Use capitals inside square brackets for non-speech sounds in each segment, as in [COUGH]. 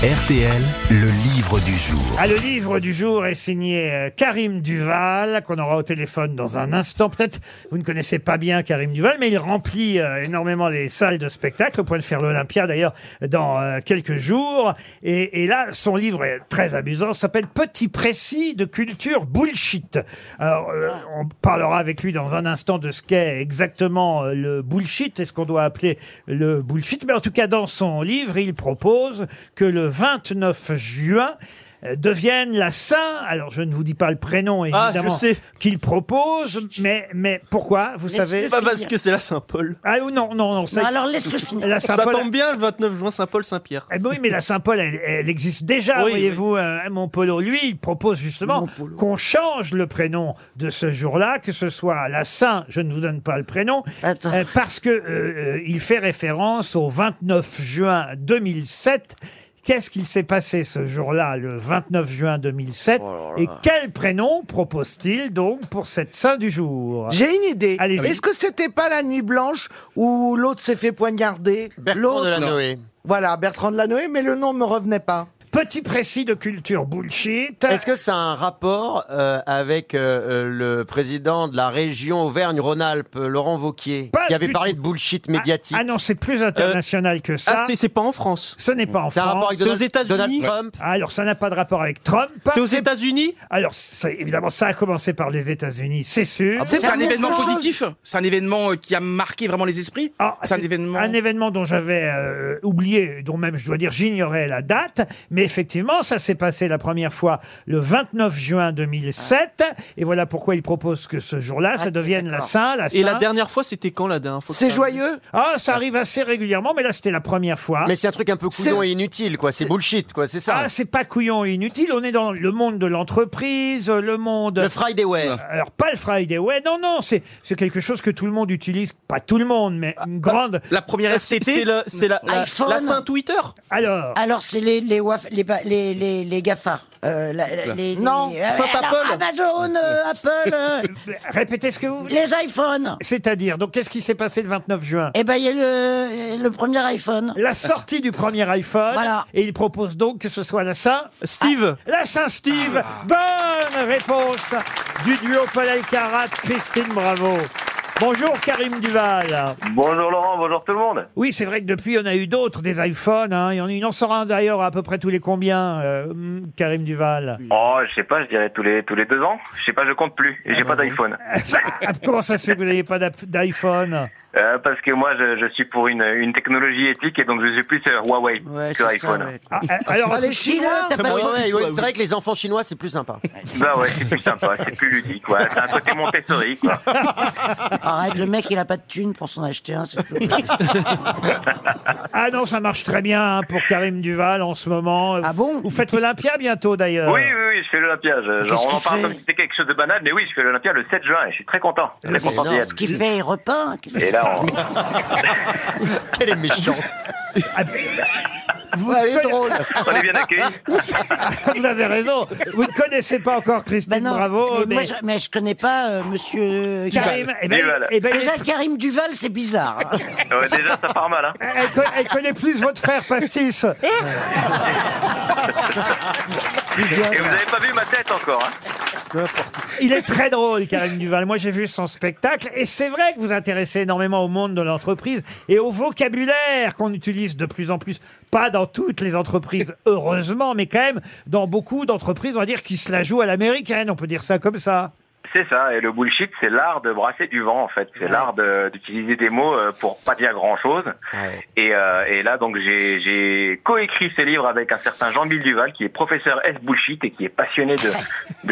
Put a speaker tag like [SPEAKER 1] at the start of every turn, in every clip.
[SPEAKER 1] RTL, le livre du jour.
[SPEAKER 2] Ah, le livre du jour est signé euh, Karim Duval, qu'on aura au téléphone dans un instant. Peut-être vous ne connaissez pas bien Karim Duval, mais il remplit euh, énormément les salles de spectacle, au point de faire l'Olympia d'ailleurs dans euh, quelques jours. Et, et là, son livre est très amusant, s'appelle Petit précis de culture bullshit. Alors, euh, on parlera avec lui dans un instant de ce qu'est exactement euh, le bullshit, et ce qu'on doit appeler le bullshit. Mais en tout cas, dans son livre, il propose que le 29 juin euh, devienne la Saint. Alors, je ne vous dis pas le prénom,
[SPEAKER 3] Ah,
[SPEAKER 2] évidemment,
[SPEAKER 3] je sais.
[SPEAKER 2] qu'il propose, mais, mais pourquoi, vous savez
[SPEAKER 3] Pas parce que c'est la Saint-Paul.
[SPEAKER 2] Ah ou non, non, non,
[SPEAKER 4] Non,
[SPEAKER 2] ça,
[SPEAKER 4] alors laisse-le finir.
[SPEAKER 2] la
[SPEAKER 3] Ça
[SPEAKER 2] Saint-Paul-
[SPEAKER 3] tombe bien, le 29 juin, Saint-Paul, Saint-Pierre.
[SPEAKER 2] Eh ben oui, mais la Saint-Paul, elle, elle existe déjà,
[SPEAKER 3] Oui,
[SPEAKER 2] voyez-vous, euh, à Montpolo. Lui, il propose justement qu'on change le prénom de ce jour-là, que ce soit la Saint, je ne vous donne pas le prénom,
[SPEAKER 4] Attends.
[SPEAKER 2] euh, parce que euh, euh, il fait référence au 29 juin 2007. Qu'est-ce qu'il s'est passé ce jour-là, le 29 juin 2007 Et quel prénom propose-t-il donc pour cette Saint du jour
[SPEAKER 5] J'ai une idée.
[SPEAKER 2] Allez-y.
[SPEAKER 5] Est-ce que c'était pas la nuit blanche où l'autre s'est fait poignarder L'autre- Voilà, Bertrand de Lannoy, mais le nom me revenait pas.
[SPEAKER 2] Petit précis de culture bullshit.
[SPEAKER 6] Est-ce que ça a un rapport euh, avec euh, euh, le président de la région Auvergne-Rhône-Alpes, euh, Laurent Vauquier,
[SPEAKER 2] Pas
[SPEAKER 6] qui avait
[SPEAKER 2] du
[SPEAKER 6] parlé
[SPEAKER 2] tout.
[SPEAKER 6] de bullshit
[SPEAKER 2] Ah-
[SPEAKER 6] médiatique
[SPEAKER 2] Ah, non, c'est plus international que ça.
[SPEAKER 3] Ah, c'est- c'est pas en France.
[SPEAKER 2] Ce n'est pas en
[SPEAKER 6] C'est un rapport
[SPEAKER 2] France. Ah,
[SPEAKER 6] avec
[SPEAKER 3] C'est aux
[SPEAKER 6] Donald,
[SPEAKER 3] États-Unis
[SPEAKER 6] Donald
[SPEAKER 3] Ouais.
[SPEAKER 6] Trump
[SPEAKER 2] Alors, ça n'a pas de rapport avec Trump.
[SPEAKER 3] C'est aux États-Unis
[SPEAKER 2] Alors, c'est- évidemment, ça a commencé par les États-Unis, c'est
[SPEAKER 6] Ah
[SPEAKER 2] sûr.
[SPEAKER 5] C'est
[SPEAKER 7] C'est un
[SPEAKER 5] un
[SPEAKER 7] événement
[SPEAKER 5] mouvement.
[SPEAKER 7] positif. C'est un événement euh, qui a marqué vraiment les esprits.
[SPEAKER 2] Ah,
[SPEAKER 7] c'est un
[SPEAKER 2] c'est
[SPEAKER 7] événement.
[SPEAKER 2] un événement dont j'avais euh, oublié, dont même je dois dire j'ignorais la date, mais effectivement ça s'est passé la première fois le 29 juin 2007, et voilà pourquoi il propose que ce jour-là ça
[SPEAKER 4] Ah,
[SPEAKER 2] devienne la
[SPEAKER 4] d'accord.
[SPEAKER 2] Saint, la
[SPEAKER 3] Et la
[SPEAKER 2] Saint.
[SPEAKER 3] dernière fois, c'était quand la dernière fois que
[SPEAKER 5] C'est
[SPEAKER 3] ça-
[SPEAKER 5] joyeux
[SPEAKER 2] Ah, ça arrive assez régulièrement, mais là c'était la première fois.
[SPEAKER 6] Mais c'est un truc un peu couillon et inutile, quoi. C'est bullshit, quoi. C'est ça.
[SPEAKER 2] Ah, c'est pas couillon et inutile, on est dans le monde de l'entreprise, le monde...
[SPEAKER 6] le Friday Way.
[SPEAKER 2] Alors, pas le Friday, ouais, non, non, c'est c'est quelque chose que tout le monde utilise, pas tout le monde, mais une grande.
[SPEAKER 7] La première
[SPEAKER 3] C'est
[SPEAKER 7] SCT.
[SPEAKER 3] c'est le- c'est la, la,
[SPEAKER 4] iPhone.
[SPEAKER 3] la Saint-Twitter
[SPEAKER 2] Alors,
[SPEAKER 4] Alors, c'est les, les, waf- les, ba- les, les, les GAFA. Euh, la- la- les,
[SPEAKER 5] Non,
[SPEAKER 4] les- euh,
[SPEAKER 3] Saint
[SPEAKER 4] alors,
[SPEAKER 3] Apple.
[SPEAKER 4] Amazon, euh, Apple,
[SPEAKER 2] [LAUGHS]
[SPEAKER 4] euh,
[SPEAKER 2] répétez ce que vous voulez.
[SPEAKER 4] les iPhones.
[SPEAKER 2] C'est-à-dire, donc qu'est-ce qui s'est passé le 29 juin
[SPEAKER 4] Eh ben, il y a le, le premier iPhone.
[SPEAKER 2] La sortie du premier iPhone.
[SPEAKER 4] Voilà.
[SPEAKER 2] Et il propose donc que ce soit la Saint.
[SPEAKER 3] Steve
[SPEAKER 2] La Saint-Steve. Bonne réponse du duo Paul Carat, Christine Bravo. Bonjour Karim Duval.
[SPEAKER 8] Bonjour Laurent, bonjour tout le monde.
[SPEAKER 2] Oui, c'est vrai que depuis, on a eu d'autres des iPhones. Hein. Il y en a- il en sort un d'ailleurs à peu près tous les combien, euh, hum, Karim Duval
[SPEAKER 8] Oh, je sais pas, je dirais tous les tous les deux ans. Je sais pas, je compte plus. Et J'ai
[SPEAKER 4] bah
[SPEAKER 8] pas d'iPhone.
[SPEAKER 2] Ah, [LAUGHS] Comment ça se fait que vous n'ayez pas d'ap- d'iPhone
[SPEAKER 8] Euh, parce que moi, je, je suis pour une, une technologie éthique et donc je suis plus euh, Huawei que iPhone.
[SPEAKER 2] Ah, ah, Alors,
[SPEAKER 5] Ah, les Chinois
[SPEAKER 4] Dis-le, t'as pas
[SPEAKER 6] Ouais,
[SPEAKER 4] dit-
[SPEAKER 6] ouais, ouais, c'est vrai que les enfants chinois, c'est plus sympa.
[SPEAKER 8] Bah ouais, c'est plus sympa, c'est plus ludique, quoi. C'est un côté Montessori, quoi.
[SPEAKER 4] Arrête, le mec, il a pas de thune pour s'en acheter un. c'est tout.
[SPEAKER 2] ah non, ça marche très bien hein, pour Karim Duval en ce moment.
[SPEAKER 4] Ah bon
[SPEAKER 2] Vous faites l'Olympia bientôt d'ailleurs.
[SPEAKER 8] Oui, oui, oui, je fais l'Olympia. Je-
[SPEAKER 4] Qu'est-ce
[SPEAKER 8] Genre, on
[SPEAKER 4] qu'il
[SPEAKER 8] en
[SPEAKER 4] fait Ah,
[SPEAKER 8] parle comme si c'était quelque chose de banal, mais oui, je fais l'Olympia le 7 juin et je suis très content. Très content d'y être.
[SPEAKER 4] Ce qu'il fait, il repeint. Qu'est-ce que
[SPEAKER 8] Et
[SPEAKER 4] c'est
[SPEAKER 8] là,
[SPEAKER 4] [LAUGHS]
[SPEAKER 8] on...
[SPEAKER 6] Quelle est méchante.
[SPEAKER 2] Vous,
[SPEAKER 5] Elle
[SPEAKER 2] ne
[SPEAKER 5] est
[SPEAKER 2] conna-
[SPEAKER 5] drôle.
[SPEAKER 8] on est bien accueillis.
[SPEAKER 2] [LAUGHS] vous avez raison. Vous ne connaissez pas encore Christine
[SPEAKER 4] Ben non,
[SPEAKER 2] Bravo.
[SPEAKER 4] mais,
[SPEAKER 2] mais
[SPEAKER 4] moi, je, mais je connais pas euh, Monsieur
[SPEAKER 2] Karim, eh ben,
[SPEAKER 8] Duval.
[SPEAKER 2] eh ben, elle-
[SPEAKER 4] Déjà, Karim Duval, c'est bizarre. hein.
[SPEAKER 8] Ouais, déjà, ça part mal, hein.
[SPEAKER 2] elle, co- elle connaît plus votre frère
[SPEAKER 4] [LAUGHS]
[SPEAKER 2] Pastis.
[SPEAKER 8] Et vous avez pas vu ma tête encore, hein.
[SPEAKER 2] Il est très drôle, Karim Duval. Moi, j'ai vu son spectacle. Et c'est vrai que vous intéressez énormément au monde de l'entreprise et au vocabulaire qu'on utilise de plus en plus. Pas dans toutes les entreprises, heureusement, mais quand même dans beaucoup d'entreprises, on va dire, qui se la jouent à l'américaine. On peut dire ça comme ça.
[SPEAKER 8] C'est ça, et le bullshit, c'est l'art de brasser du vent, en fait. C'est l'art de- d'utiliser des mots euh, pour pas dire grand-chose. Et, euh, et là, donc, j'ai- j'ai coécrit ce livre avec un certain Jean-Bill Duval, qui est professeur S bullshit et qui est passionné de,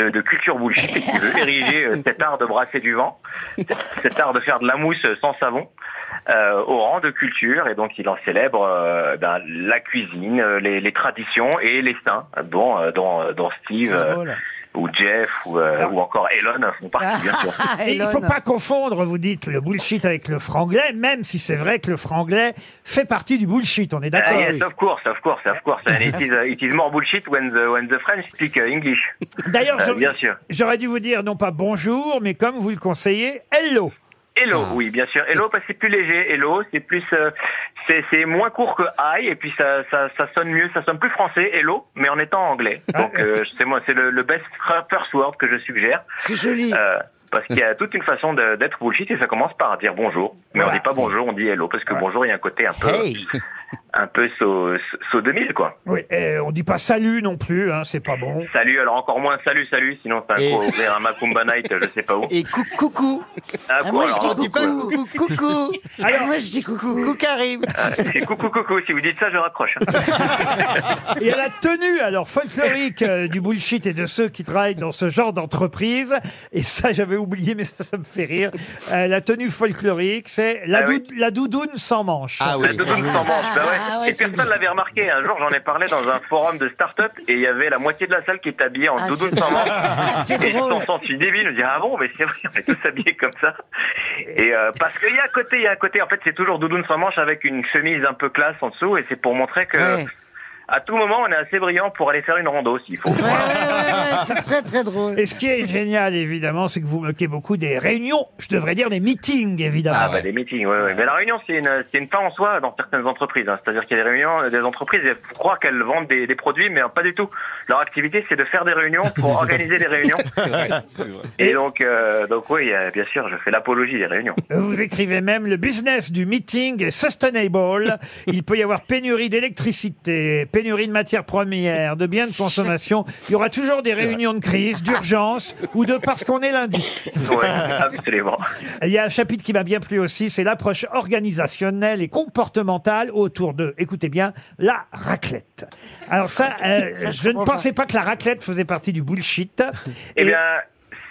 [SPEAKER 8] de, de culture bullshit et qui veut ériger euh, cet art de brasser du vent, cet, cet art de faire de la mousse sans savon euh, au rang de culture. Et donc, il en célèbre euh, ben, la cuisine, euh, les, les traditions et les saints, dont, euh, dont, dont Steve euh, ou Jeff ou, euh, ou encore Elon font partie, bien sûr.
[SPEAKER 4] Ah,
[SPEAKER 2] Et il ne
[SPEAKER 4] Elon.
[SPEAKER 2] faut pas confondre, vous dites, le bullshit avec le franglais, même si c'est vrai que le franglais fait partie du bullshit, on est
[SPEAKER 8] Ah,
[SPEAKER 2] d'accord
[SPEAKER 8] yes, of course, of course, of course. And it is, uh, it is more bullshit when the, when the French speak uh, English.
[SPEAKER 2] D'ailleurs,
[SPEAKER 8] Euh,
[SPEAKER 2] j'aurais-
[SPEAKER 8] bien sûr.
[SPEAKER 2] j'aurais dû vous dire non pas bonjour, mais comme vous le conseillez, hello.
[SPEAKER 8] Hello,
[SPEAKER 6] Ah.
[SPEAKER 8] oui, bien sûr. Hello, parce que c'est plus léger. Hello, c'est plus, euh, c'est c'est moins court que I, et puis ça, ça, ça sonne mieux, ça sonne plus français. Hello, mais en étant anglais. Donc euh, c'est moi, c'est le, le best first word que je suggère,
[SPEAKER 5] C'est joli.
[SPEAKER 8] euh, parce qu'il y a toute une façon de- d'être bullshit, et ça commence par dire bonjour. Mais on dit pas bonjour, on dit hello, parce que bonjour, il y a un côté un peu,
[SPEAKER 6] Hey.
[SPEAKER 8] [LAUGHS] un peu saut so, 2000 quoi.
[SPEAKER 2] Oui, et on dit pas salut non plus, hein, c'est pas bon.
[SPEAKER 8] Salut, alors encore moins salut, salut, sinon ça
[SPEAKER 6] Et-
[SPEAKER 8] va ouvrir un Macumba Night, je sais pas où.
[SPEAKER 6] Et cou- coucou.
[SPEAKER 4] Ah,
[SPEAKER 8] Ah, quoi,
[SPEAKER 4] moi, je
[SPEAKER 8] alors,
[SPEAKER 4] dis
[SPEAKER 8] on dit pas-
[SPEAKER 4] coucou.
[SPEAKER 6] Coucou, coucou.
[SPEAKER 4] Ah, moi, je dis coucou.
[SPEAKER 6] Coucou, Karim.
[SPEAKER 8] Ah, c'est coucou, coucou. Si vous dites ça, je raccroche. hein.
[SPEAKER 2] Et à la tenue, alors, folklorique euh, du bullshit et de ceux qui travaillent dans ce genre d'entreprise, et ça, j'avais oublié, mais ça, ça me fait rire, Euh, la tenue folklorique, c'est la,
[SPEAKER 8] Ah oui.
[SPEAKER 2] dou- la doudoune sans manche.
[SPEAKER 6] Ah
[SPEAKER 8] La
[SPEAKER 6] oui.
[SPEAKER 8] doudoune sans manche, bah ouais.
[SPEAKER 4] Ah ouais,
[SPEAKER 8] et
[SPEAKER 4] c'est
[SPEAKER 8] personne l'avait remarqué. Un jour, j'en ai parlé dans un forum de start-up et il y avait la moitié de la salle qui était habillée en
[SPEAKER 4] Ah,
[SPEAKER 8] doudoune
[SPEAKER 4] c'est
[SPEAKER 8] sans manche.
[SPEAKER 4] [LAUGHS] C'est
[SPEAKER 8] Et je
[SPEAKER 4] drôle.
[SPEAKER 8] m'en suis débile, je me dis ah bon, mais c'est vrai, on est tous habillés comme ça. Et euh, parce qu'il y a un côté, il y a un côté. En fait, c'est toujours doudoune sans manche avec une chemise un peu classe en dessous, et c'est pour montrer que
[SPEAKER 4] Ouais.
[SPEAKER 8] à tout moment, on est assez brillant pour aller faire une rando s'il faut.
[SPEAKER 4] Ouais, ouais, ouais, ouais, c'est très, très drôle.
[SPEAKER 2] Et ce qui est génial, évidemment, c'est que vous moquez beaucoup des réunions, je devrais dire des meetings, évidemment.
[SPEAKER 8] Ah bah des meetings, ouais, ouais. Mais la réunion, c'est une, c'est une fin en soi dans certaines entreprises. hein. C'est-à-dire qu'il y a des réunions, euh, des entreprises, elles croient qu'elles vendent des, des produits, mais euh, pas du tout. Leur activité, c'est de faire des réunions pour organiser des réunions. Et donc, euh, donc oui, euh, bien sûr, je fais l'apologie des réunions.
[SPEAKER 2] Vous écrivez même le business du meeting est sustainable. Il peut y avoir pénurie d'électricité, pénurie de matières premières, de biens de consommation. Il y aura toujours des réunions de crise, d'urgence ou de parce qu'on est
[SPEAKER 8] [LAUGHS]
[SPEAKER 2] lundi.
[SPEAKER 8] Ouais, absolument.
[SPEAKER 2] Il y a un chapitre qui m'a bien plu aussi, c'est l'approche organisationnelle et comportementale autour de, écoutez bien, la raclette. Alors ça,
[SPEAKER 4] [LAUGHS]
[SPEAKER 2] euh,
[SPEAKER 4] Ça, je
[SPEAKER 2] je ne
[SPEAKER 4] comprends pas.
[SPEAKER 2] pensais pas que la raclette faisait partie du
[SPEAKER 4] [LAUGHS]
[SPEAKER 2] bullshit.
[SPEAKER 8] Eh
[SPEAKER 2] Et-
[SPEAKER 8] bien,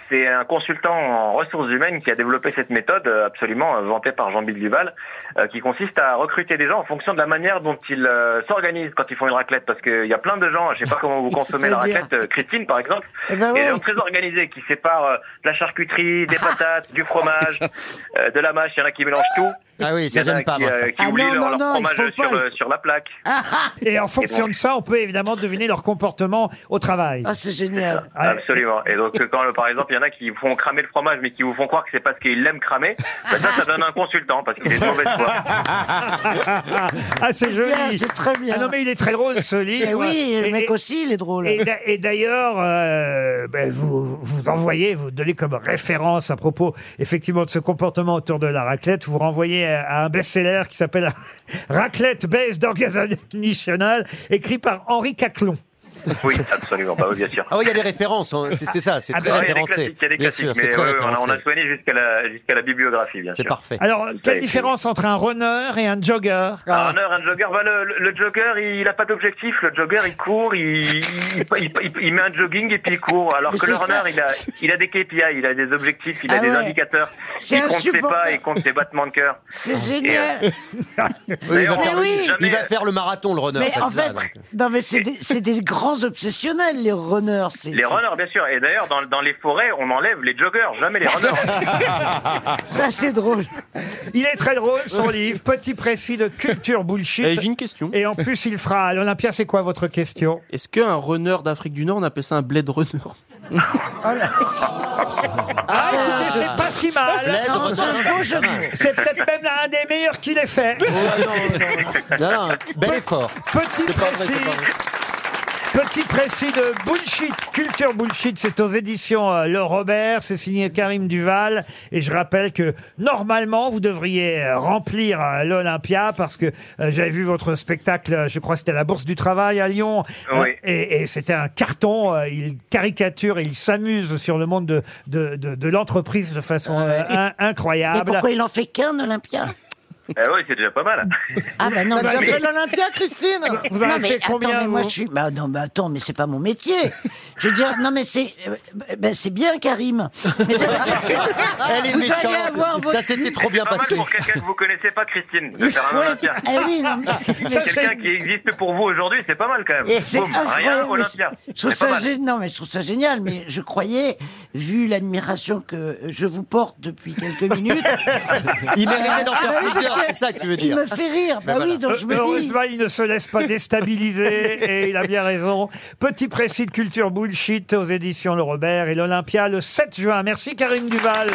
[SPEAKER 8] c'est un consultant en ressources humaines qui a développé cette méthode euh, absolument euh, vantée par Jean-Bill Duval, euh, qui consiste à recruter des gens en fonction de la manière dont ils euh, s'organisent quand ils font une raclette. Parce qu'il y a plein de gens, je sais pas
[SPEAKER 4] [LAUGHS]
[SPEAKER 8] comment vous consommez la
[SPEAKER 4] C'est-à-dire
[SPEAKER 8] raclette, euh, Christine par exemple,
[SPEAKER 4] Eh ben
[SPEAKER 8] et des
[SPEAKER 4] ouais.
[SPEAKER 8] gens très organisés qui séparent euh, de la charcuterie,
[SPEAKER 4] [LAUGHS]
[SPEAKER 8] des patates, du fromage,
[SPEAKER 4] Ah,
[SPEAKER 8] euh, de la mâche, il y en a qui mélangent tout.
[SPEAKER 6] Ah oui,
[SPEAKER 8] Il y
[SPEAKER 6] ça
[SPEAKER 8] en a
[SPEAKER 6] j'aime pas,
[SPEAKER 8] qui,
[SPEAKER 6] moi, ça.
[SPEAKER 8] euh, qui
[SPEAKER 4] Ah
[SPEAKER 8] oublient
[SPEAKER 4] non,
[SPEAKER 8] leur,
[SPEAKER 4] non,
[SPEAKER 8] leur
[SPEAKER 4] non, il
[SPEAKER 8] fromage
[SPEAKER 4] faut pas.
[SPEAKER 8] sur, euh, sur la plaque.
[SPEAKER 2] et en fonction de ça, on peut évidemment deviner leur comportement au
[SPEAKER 4] [LAUGHS]
[SPEAKER 2] travail.
[SPEAKER 4] Ah, c'est génial.
[SPEAKER 2] Ah,
[SPEAKER 8] Absolument. Et donc, quand, euh, par exemple, il y en a qui font cramer le fromage, mais qui vous font croire que c'est parce qu'ils l'aiment cramer, ben ça, ça donne un consultant, parce qu'il est de mauvaise foi.
[SPEAKER 2] Ah, ah, c'est joli.
[SPEAKER 4] Bien, C'est très bien.
[SPEAKER 2] Ah non mais il est très drôle ce livre.
[SPEAKER 4] Eh oui,
[SPEAKER 2] Et-
[SPEAKER 4] le mec
[SPEAKER 2] et-
[SPEAKER 4] aussi, il est drôle.
[SPEAKER 2] Et, d'a- et d'ailleurs, euh, ben, vous vous envoyez, vous donnez comme référence à propos effectivement de ce comportement autour de la raclette, vous renvoyez à, à un best-seller qui s'appelle [LAUGHS] Raclette Base d'Organisational, écrit par Henri Caclon.
[SPEAKER 8] Oui, absolument. Bah oui, bien sûr.
[SPEAKER 6] Ah oui, il y a des références, hein, c'est c'est ça, c'est
[SPEAKER 2] Ah
[SPEAKER 6] très
[SPEAKER 2] bah,
[SPEAKER 8] il y a des
[SPEAKER 6] référencé.
[SPEAKER 8] classiques, il y a des
[SPEAKER 6] Bien
[SPEAKER 8] classiques,
[SPEAKER 6] sûr, c'est
[SPEAKER 8] mais
[SPEAKER 6] très
[SPEAKER 8] ouais, on, a, on a
[SPEAKER 6] référencé.
[SPEAKER 8] soigné jusqu'à la, jusqu'à la bibliographie, bien
[SPEAKER 6] C'est
[SPEAKER 8] sûr.
[SPEAKER 6] parfait.
[SPEAKER 2] Alors, quelle
[SPEAKER 8] été-
[SPEAKER 2] différence entre un runner et un jogger
[SPEAKER 8] Un runner, un jogger, bah, le, le- le jogger, il a pas d'objectif. Le jogger, il court, il, il, il- il- il met un jogging et puis il court. Alors
[SPEAKER 4] Mais
[SPEAKER 8] que le
[SPEAKER 4] c'est ça.
[SPEAKER 8] runner, il a, il a des KPI, il a des objectifs, il a
[SPEAKER 4] Ah
[SPEAKER 8] des
[SPEAKER 4] ouais.
[SPEAKER 8] indicateurs.
[SPEAKER 4] C'est
[SPEAKER 8] Il compte ses
[SPEAKER 4] insupportable.
[SPEAKER 8] pas, il compte ses battements de cœur.
[SPEAKER 4] C'est génial.
[SPEAKER 6] Oui, il, va
[SPEAKER 8] D'ailleurs,
[SPEAKER 6] faire,
[SPEAKER 4] Mais oui.
[SPEAKER 8] jamais-
[SPEAKER 6] il va faire le marathon, le runner.
[SPEAKER 4] Mais
[SPEAKER 6] ça,
[SPEAKER 4] en
[SPEAKER 6] c'est ça,
[SPEAKER 4] fait,
[SPEAKER 6] donc.
[SPEAKER 4] non, mais c'est des, c'est des grands obsessionnels, les runners. c'est-
[SPEAKER 8] Les
[SPEAKER 4] c'est-
[SPEAKER 8] runners, bien sûr. Et d'ailleurs, dans, dans les forêts, on enlève les joggers, jamais les
[SPEAKER 4] [LAUGHS]
[SPEAKER 8] runners.
[SPEAKER 4] Ça, c'est drôle.
[SPEAKER 2] Il est très drôle son livre, petit précis de culture
[SPEAKER 3] Eh,
[SPEAKER 2] bullshit.
[SPEAKER 3] J'ai une question.
[SPEAKER 2] Et en plus, il fera à l'Olympia. C'est quoi votre question
[SPEAKER 3] Est-ce qu'un runner d'Afrique du Nord, on appelle ça un blade runner
[SPEAKER 2] Ah, écoutez, c'est pas si mal.
[SPEAKER 6] Bled, runner,
[SPEAKER 4] beau jeu
[SPEAKER 6] ça
[SPEAKER 4] de
[SPEAKER 6] va.
[SPEAKER 2] C'est peut-être même un des meilleurs qu'il ait fait.
[SPEAKER 6] Non, non, bel effort.
[SPEAKER 2] Petit
[SPEAKER 6] C'est pas vrai, c'est pas
[SPEAKER 2] précis. Petit précis de Bullshit, Culture Bullshit, c'est aux éditions euh, Le Robert, c'est signé Karim Duval, et je rappelle que normalement vous devriez euh, remplir euh, l'Olympia, parce que euh, j'avais vu votre spectacle, euh, je crois que c'était à la Bourse du Travail à Lyon,
[SPEAKER 8] Oui.
[SPEAKER 2] Euh, et, et c'était un carton, euh, il caricature et il s'amuse sur le monde de, de, de, de l'entreprise de façon
[SPEAKER 6] Ah
[SPEAKER 2] euh, in-
[SPEAKER 4] Mais
[SPEAKER 2] incroyable.
[SPEAKER 4] pourquoi il en fait qu'un, Olympia
[SPEAKER 8] Eh oui, c'est déjà pas mal.
[SPEAKER 4] Ah, bah non,
[SPEAKER 5] T'as déjà
[SPEAKER 4] mais-
[SPEAKER 5] fait l'Olympia, Christine
[SPEAKER 2] Eh ben, Vous en
[SPEAKER 4] non,
[SPEAKER 2] avez
[SPEAKER 4] mais
[SPEAKER 2] fait combien
[SPEAKER 4] attends, mais moi
[SPEAKER 2] vous
[SPEAKER 4] je suis. Bah non, mais attends, mais c'est pas mon métier. Je veux dire, non, mais c'est. euh, bah, c'est bien, Karim. Mais ça veut dire que
[SPEAKER 6] Elle est
[SPEAKER 4] vous allez
[SPEAKER 6] méchante.
[SPEAKER 4] avoir votre.
[SPEAKER 6] Ça s'était trop bien
[SPEAKER 8] C'est pas mal
[SPEAKER 6] passé.
[SPEAKER 8] pour quelqu'un que vous connaissez pas, Christine, de faire un
[SPEAKER 4] Ouais,
[SPEAKER 8] Olympia.
[SPEAKER 4] ah oui, non, mais- [LAUGHS] mais
[SPEAKER 8] Quelqu'un qui existe pour vous aujourd'hui, c'est pas mal quand même.
[SPEAKER 4] C'est
[SPEAKER 8] Boum, rien,
[SPEAKER 4] incroyable, mais
[SPEAKER 8] Olympia.
[SPEAKER 4] c'est- Je trouve,
[SPEAKER 8] C'est pas
[SPEAKER 4] ça
[SPEAKER 8] mal.
[SPEAKER 4] gé- non, mais je trouve ça génial, mais je croyais, vu l'admiration que je vous porte depuis quelques minutes,
[SPEAKER 6] Il méritait d'en
[SPEAKER 4] Ah,
[SPEAKER 6] faire
[SPEAKER 4] oui,
[SPEAKER 6] plusieurs,
[SPEAKER 4] parce
[SPEAKER 6] c'est
[SPEAKER 4] que
[SPEAKER 6] ça que tu veux
[SPEAKER 4] il
[SPEAKER 6] dire.
[SPEAKER 4] me fait rire. Bah oui, donc je me dis.
[SPEAKER 2] Heureusement, il ne se laisse pas déstabiliser et il a bien raison. Petit précis de culture bullshit aux éditions Le Robert et l'Olympia le 7 juin. Merci Karine Duval.